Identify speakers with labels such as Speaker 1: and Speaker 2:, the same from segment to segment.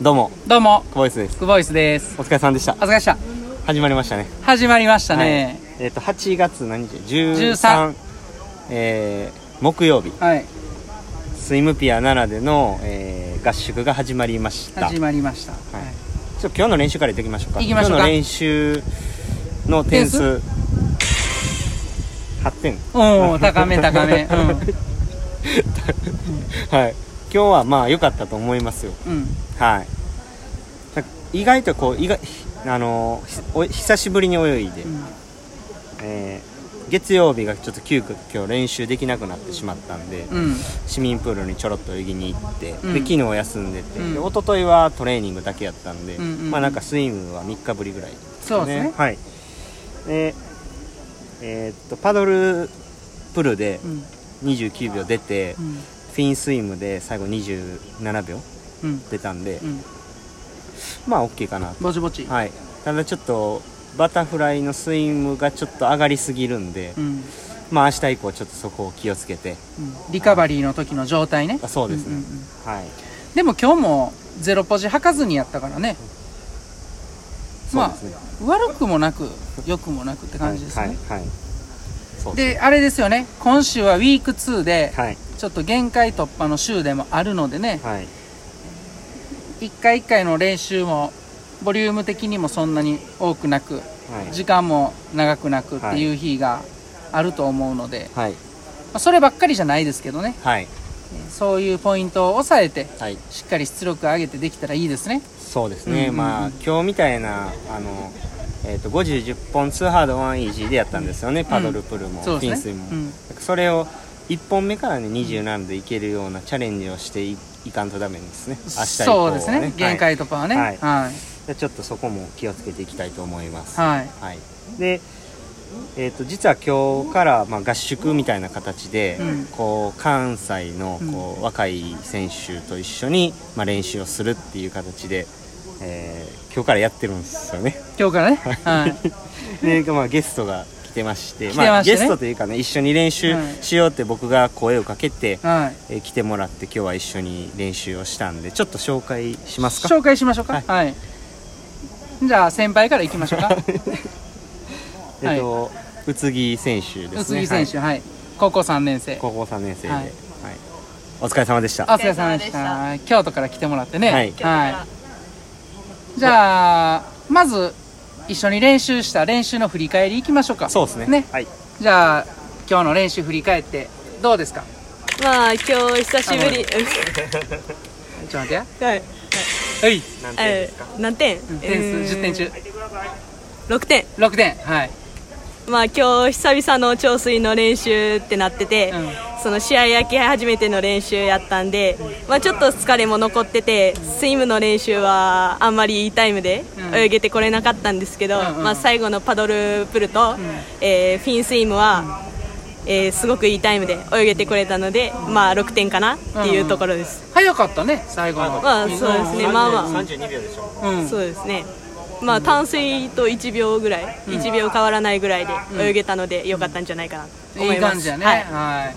Speaker 1: どうも、
Speaker 2: どうも、
Speaker 1: 久保井です。
Speaker 2: クボイスです。
Speaker 1: お疲れさんでした
Speaker 2: お。疲れ様でした。
Speaker 1: 始まりましたね。
Speaker 2: 始まりましたね。
Speaker 1: はい、えっ、と、8月何日 ?13
Speaker 2: 13。
Speaker 1: えー、木曜日、
Speaker 2: はい、
Speaker 1: スイムピア奈良での、えー合宿が始まりました。ちょ
Speaker 2: 始まりました。
Speaker 1: はい
Speaker 2: はい
Speaker 1: っと今日の練習からやっていきましょうか。
Speaker 2: 行きましょうか
Speaker 1: 今日の練習の点数。8点。
Speaker 2: おお、高め 高め。
Speaker 1: はい。今日はまあ良かったと思いますよ。
Speaker 2: うん、うん、
Speaker 1: はい。なんか意外とこう、意外、あのーひお久しぶりに泳いで、
Speaker 2: うん
Speaker 1: えー月曜日がちょっと急遽今日練習できなくなってしまったんで、
Speaker 2: うん、
Speaker 1: 市民プールにちょろっと泳ぎに行って、
Speaker 2: うん
Speaker 1: で昨日休んでて、
Speaker 2: うん
Speaker 1: で一昨日はトレーニングだけやったんで、
Speaker 2: うんうんうん
Speaker 1: まあなんかスイムは3日ぶりぐらいです
Speaker 2: そうですね
Speaker 1: はいでえーっとパドルプルで
Speaker 2: うん、
Speaker 1: 29秒出て、
Speaker 2: うん、
Speaker 1: フィンスイムで最後27秒
Speaker 2: うん、
Speaker 1: 出たんで、
Speaker 2: うん、
Speaker 1: まあ OK かなと
Speaker 2: ぼちぼち。
Speaker 1: はいただちょっとバタフライのスイムがちょっと上がりすぎるんで、
Speaker 2: うん、
Speaker 1: まあ明日以降ちょっとそこを気をつけて
Speaker 2: うんリカバリーの時の状態ね
Speaker 1: あ。そうですね、
Speaker 2: んんうん
Speaker 1: はい
Speaker 2: でも今日もゼロポジ吐かずにやったからね。
Speaker 1: そ
Speaker 2: ま
Speaker 1: う
Speaker 2: あ
Speaker 1: ですね、
Speaker 2: 悪くもなく、良くもなくって感じです
Speaker 1: はい
Speaker 2: ね。
Speaker 1: はい、はい、そうで
Speaker 2: で、あれですよね。今週はウィーク2で、
Speaker 1: すはい
Speaker 2: ちょっと限界突破の週でもあるのでね。
Speaker 1: はい
Speaker 2: 一回一回の練習もボリューム的にもそんなに多くなく
Speaker 1: はい
Speaker 2: 時間も長くなくっていう日があると思うので、
Speaker 1: はい
Speaker 2: まあそればっかりじゃないですけどね
Speaker 1: はい
Speaker 2: そういうポイントを抑えて
Speaker 1: はい
Speaker 2: しっかり出力上げてできたらいいですね
Speaker 1: そうですね、
Speaker 2: うんうんうん
Speaker 1: まあ今日みたいなあのえー、と50、10本2ハード1イージーでやったんですよね、パドルプルも、
Speaker 2: そう
Speaker 1: フ
Speaker 2: で
Speaker 1: ィン
Speaker 2: す
Speaker 1: スイ
Speaker 2: ね
Speaker 1: ムも、
Speaker 2: うん
Speaker 1: それを1本目から、ね、27でいけるようなチャレンジをしていいかんとダメですね、明日以降
Speaker 2: そう
Speaker 1: は
Speaker 2: ですね限界突破はね
Speaker 1: は
Speaker 2: はいいはい、
Speaker 1: でちょっとそこも気をつけていきたいと思います。
Speaker 2: はい
Speaker 1: はい、で、えー、と実は今日からまあ合宿みたいな形で、
Speaker 2: うん
Speaker 1: こう関西の
Speaker 2: うん
Speaker 1: こう若い選手と一緒にまあ練習をするっていう形で、えー今日からやってるんです よね。
Speaker 2: 今日からね、はい、
Speaker 1: で、まあ、ゲストが来てまして
Speaker 2: 来てましたね
Speaker 1: あ、ゲストというかね一緒に練習
Speaker 2: はい
Speaker 1: しようって僕が声をかけて、
Speaker 2: はい、
Speaker 1: えー来てもらって今日は一緒に練習をしたんでちょっと紹介しますか。
Speaker 2: 紹介しましょうか
Speaker 1: は
Speaker 2: はいい、じゃあ先輩からいきましょ うか
Speaker 1: えっと、宇津木選手で
Speaker 2: 宇
Speaker 1: す
Speaker 2: 津
Speaker 1: ね。
Speaker 2: 木選手はい、高校3年生
Speaker 1: 高校3年生で、は
Speaker 2: はいい
Speaker 1: お疲れ様でした
Speaker 2: お
Speaker 1: は
Speaker 2: 疲れ様でした京都から来てもらってね
Speaker 1: は
Speaker 2: はいい、
Speaker 1: 京
Speaker 2: じゃあまず一緒に練習した練習の振り返りいきましょうか
Speaker 1: そうですね
Speaker 2: ね
Speaker 1: はい
Speaker 2: じゃあ今日の練習振り返ってどうですか
Speaker 3: まあ今日久しぶり。
Speaker 2: ちょっと待ってや
Speaker 3: はい。
Speaker 2: はい
Speaker 1: 何点
Speaker 3: え
Speaker 1: ですか、
Speaker 3: ー何点？
Speaker 2: 点数10点中
Speaker 3: 六点。
Speaker 2: 6点はい
Speaker 3: まあ今日久々の長水の練習ってなってて、
Speaker 2: うん
Speaker 3: その試合明け初めての練習やったんで、まあちょっと疲れも残ってて、スイムの練習はあんまりいいタイムで
Speaker 2: うん
Speaker 3: 泳げてこれなかったんですけど、
Speaker 2: うんうん
Speaker 3: まあ最後のパドルプルと、えーフィンスイムは、えーすごくいいタイムで泳げてこれたので、まあ6点かなっていうところです。
Speaker 2: 早かったね最後の
Speaker 3: まあそうですね、まあまあ。
Speaker 1: 32秒でしょ
Speaker 2: うん
Speaker 3: そうですね、まあ、淡水と1秒ぐらい、1秒変わらないぐらいで泳げたので、よかったんじゃないかなと思
Speaker 2: いい
Speaker 3: います。
Speaker 2: 感じやねは、
Speaker 3: はいい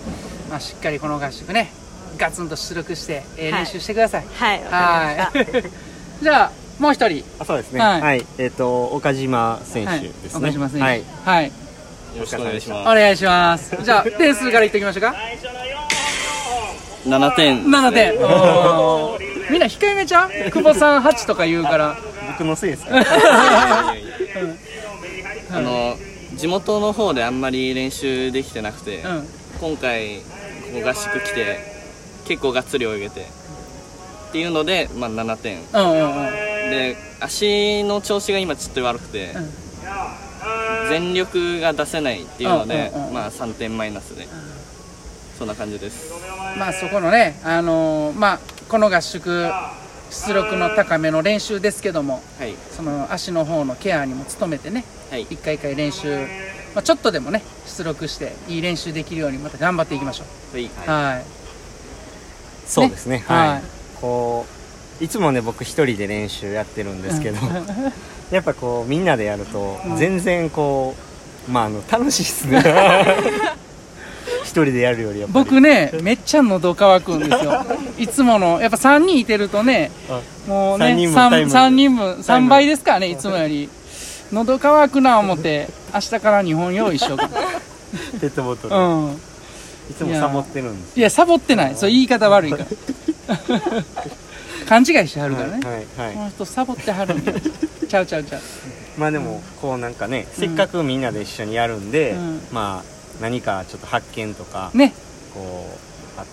Speaker 2: まあ、しっかりこの合宿ねガツンと出力して、えー練習してください
Speaker 3: はいわか
Speaker 2: は い じゃあもう一人
Speaker 1: あそうですねは、
Speaker 2: はいい
Speaker 1: えっ、と岡島選手ですね、
Speaker 2: はい、岡島選手
Speaker 1: は
Speaker 2: はいい、
Speaker 4: よろしくお願いし
Speaker 2: お
Speaker 4: ま
Speaker 2: 願いしますじゃあ点数からいっときましょうか
Speaker 4: す。7点ですね、
Speaker 2: 7点おーみんな控えめちゃう久保さん8とか言うから
Speaker 1: 僕のせいです か
Speaker 4: あの地元の方であんまり練習できてなくて、
Speaker 2: うん
Speaker 4: 今回ここ合宿来て結構がっつり泳げてっていうので、まあ、7点
Speaker 2: うんうんうん
Speaker 4: で足の調子が今ちょっと悪くて、
Speaker 2: うん
Speaker 4: 全力が出せないっていうので、
Speaker 2: うんうんうん
Speaker 4: まあ、3点マイナスで、そんな感じです
Speaker 2: まあそこのねあのーまあこの合宿出力の高めの練習ですけども
Speaker 4: はい
Speaker 2: その足の方のケアにも努めてね
Speaker 4: はい
Speaker 2: 一回一回練習、まあ、ちょっとでもね出力していい練習できるようにまた頑張っていきましょ
Speaker 4: はい、
Speaker 2: うはい、
Speaker 1: そうですねはい、
Speaker 2: はい
Speaker 1: こういつもね僕一人で練習やってるんですけど、 やっぱこうみんなで やると全然こう、まああの楽しいですね一一人でやるよりやっぱり
Speaker 2: 僕ねめっちゃ喉乾くんです よいつものやっぱ3人いてるとねもうね
Speaker 1: 三人分タイム
Speaker 2: 3人分
Speaker 1: タイ
Speaker 2: 3
Speaker 1: ム
Speaker 2: 倍ですからねいつもより喉乾くな思って明日から日本用意し ようか
Speaker 1: ペットボトル、
Speaker 2: うん
Speaker 1: いつもサボってるんです
Speaker 2: いやサボってないそう言い方悪いから 勘違いしてはるからね、
Speaker 1: はいはい、
Speaker 2: こ
Speaker 1: はい、
Speaker 2: の人サボってはるんやちゃうちゃうちゃう
Speaker 1: まあでもこうなんかね、せっかくみんなで一緒にやるんで、
Speaker 2: うん
Speaker 1: まあ何かちょっと発見とか、
Speaker 2: ね
Speaker 1: こうあ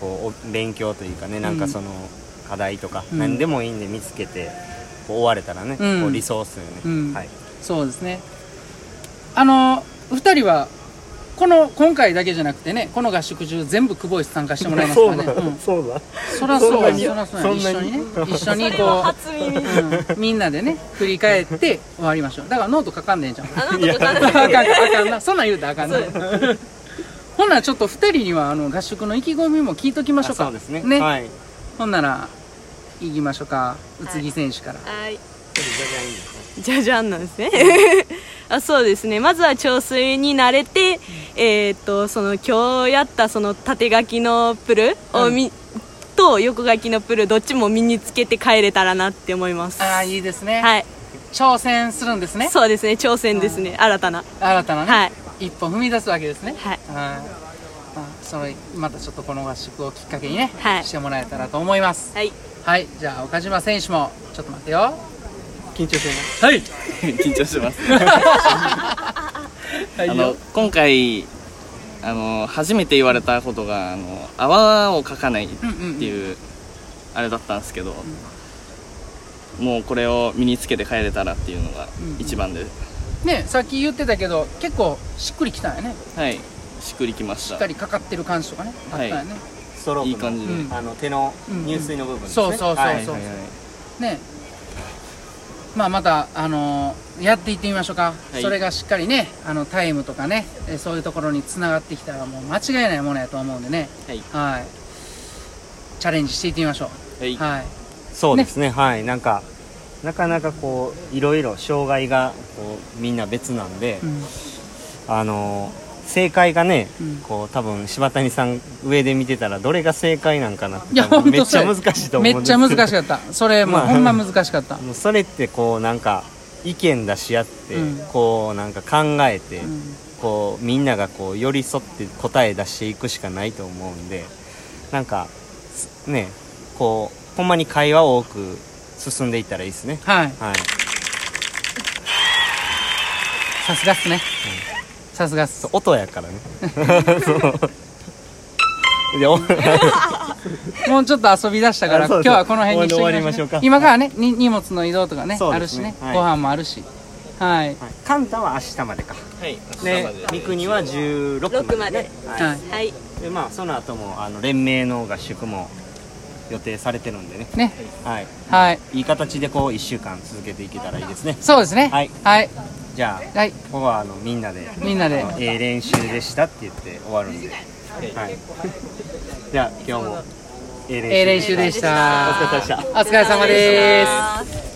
Speaker 1: こうお勉強というかねなん
Speaker 2: う
Speaker 1: か
Speaker 2: ん
Speaker 1: その課題とか、
Speaker 2: うん
Speaker 1: 何でもいいんで見つけてこう追われたらね、
Speaker 2: うん
Speaker 1: こうリソースよね、
Speaker 2: うん
Speaker 1: はい、
Speaker 2: そうですねあの2人はこの今回だけじゃなくてねこの合宿中全部久保井さん参加してもらいますからねうん
Speaker 1: そうだ
Speaker 2: そらそう
Speaker 1: そんな
Speaker 2: や
Speaker 1: に
Speaker 2: そらそう
Speaker 1: そん
Speaker 2: や一緒
Speaker 1: なに
Speaker 2: にね 一緒に
Speaker 3: それは
Speaker 2: こ
Speaker 3: 初耳
Speaker 2: う、うんみんなでね振り返って終わりましょうだからノート書かんでええんじゃん
Speaker 3: あのとか
Speaker 2: あかんあかんなそんなん言うたらあかんなほんならちょっと2人にはあの合宿の意気込みも聞いときましょうか
Speaker 1: そうですね
Speaker 2: ね
Speaker 1: はい
Speaker 2: ほんなら行きましょうか宇津木選手から、
Speaker 3: はいじゃじゃんなんですね あそうですねまずは調水に慣れて、えーっとその今日やったその縦書きのプルをみ、と横書きのプルどっちも身につけて帰れたらなって思います
Speaker 2: ああいいですね、
Speaker 3: はい、
Speaker 2: 挑戦するんですね
Speaker 3: そうですね挑戦ですね、新たな
Speaker 2: 新たなね、
Speaker 3: はい
Speaker 2: 一歩踏み出すわけですね
Speaker 3: はい
Speaker 2: はいまあそのまたちょっとこの合宿をきっかけにね、
Speaker 3: はい
Speaker 2: してもらえたらと思います
Speaker 3: はい
Speaker 2: はいじゃあ岡島選手もちょっと待ってよ
Speaker 1: 緊張してます
Speaker 2: はい
Speaker 4: 緊張してます
Speaker 2: はい
Speaker 4: あの今回あの初めて言われたことがあの泡をかかないっていうあれだったんですけど、もうこれを身につけて帰れたらっていうのが
Speaker 2: うんうん
Speaker 4: 一番で、
Speaker 2: ねさっき言ってたけど結構しっくりきたんやね
Speaker 4: はいしっくりきまし
Speaker 2: したっかりかかってる感じとかねあったんやね、
Speaker 1: ストローク
Speaker 4: い
Speaker 1: の
Speaker 4: い感じで、
Speaker 2: うん
Speaker 1: あの手の入水の部分ですね、
Speaker 2: そうそうそうそう、
Speaker 1: はい
Speaker 4: はいはい
Speaker 2: ねまあまたあのーやっていってみましょうか、
Speaker 4: はい
Speaker 2: それがしっかりねあのタイムとかねえーそういうところにつながってきたらもう間違いないものやと思うんでね
Speaker 4: はい
Speaker 2: はいチャレンジしていってみましょ
Speaker 4: は
Speaker 2: う
Speaker 4: い
Speaker 2: はい
Speaker 1: そうですねはいなんかなかなかこういろいろ障害がこうみんな別なんで、
Speaker 2: うん
Speaker 1: あの正解がね、
Speaker 2: うん
Speaker 1: こう多分柴谷さん上で見てたらどれが正解なんかなって
Speaker 2: いや
Speaker 1: 多分めっ
Speaker 2: 本当
Speaker 1: ちゃ
Speaker 2: そう
Speaker 1: 難しいと思うんですけど
Speaker 2: めっちゃ難しかったそれもう
Speaker 1: まあ
Speaker 2: ほんま難しかった
Speaker 1: もうそれってこうなんか意見出し合って、
Speaker 2: うん
Speaker 1: こうなんか考えて、
Speaker 2: うん
Speaker 1: こうみんながこう寄り添って答え出していくしかないと思うんでなんかすねこうほんまに会話を多く進んでいったらいいですね
Speaker 2: はい
Speaker 1: はい
Speaker 2: さすがっすねさすがっす
Speaker 1: そう音や からね そういやお
Speaker 2: もうちょっと遊び出したから
Speaker 1: あそ
Speaker 2: 今
Speaker 1: う
Speaker 2: 日
Speaker 1: そう
Speaker 2: はこの辺にしてお
Speaker 1: 終
Speaker 2: き
Speaker 1: わりましょうか
Speaker 2: 今からねに荷物の移動とかね
Speaker 1: そう
Speaker 2: あ
Speaker 1: で
Speaker 2: る
Speaker 1: す
Speaker 2: し
Speaker 1: ね
Speaker 2: ね
Speaker 1: はい
Speaker 2: ご飯もあるしはい
Speaker 1: はいカンタは明日までか
Speaker 4: はい
Speaker 1: で三国は16
Speaker 3: 6
Speaker 1: まで
Speaker 3: まで
Speaker 1: ね、
Speaker 2: は
Speaker 1: はい
Speaker 3: はい
Speaker 1: い、でまあその後もあの連盟の合宿も予定されてるんでね
Speaker 2: ね
Speaker 1: はい
Speaker 2: はい
Speaker 1: いい形でこう1週間続けていけたらいいですね
Speaker 2: そうですね
Speaker 1: はい
Speaker 2: はい
Speaker 1: じゃあ
Speaker 2: はい
Speaker 1: ここはあのみんなで
Speaker 2: みんなで
Speaker 1: あのええ練習でしたって言って終わるんで、はい、 じゃあ今日もええ
Speaker 2: ええ練習
Speaker 1: で
Speaker 2: で
Speaker 1: し
Speaker 2: した
Speaker 1: お疲れ様
Speaker 2: た
Speaker 1: でした
Speaker 2: お疲れ様です
Speaker 3: あー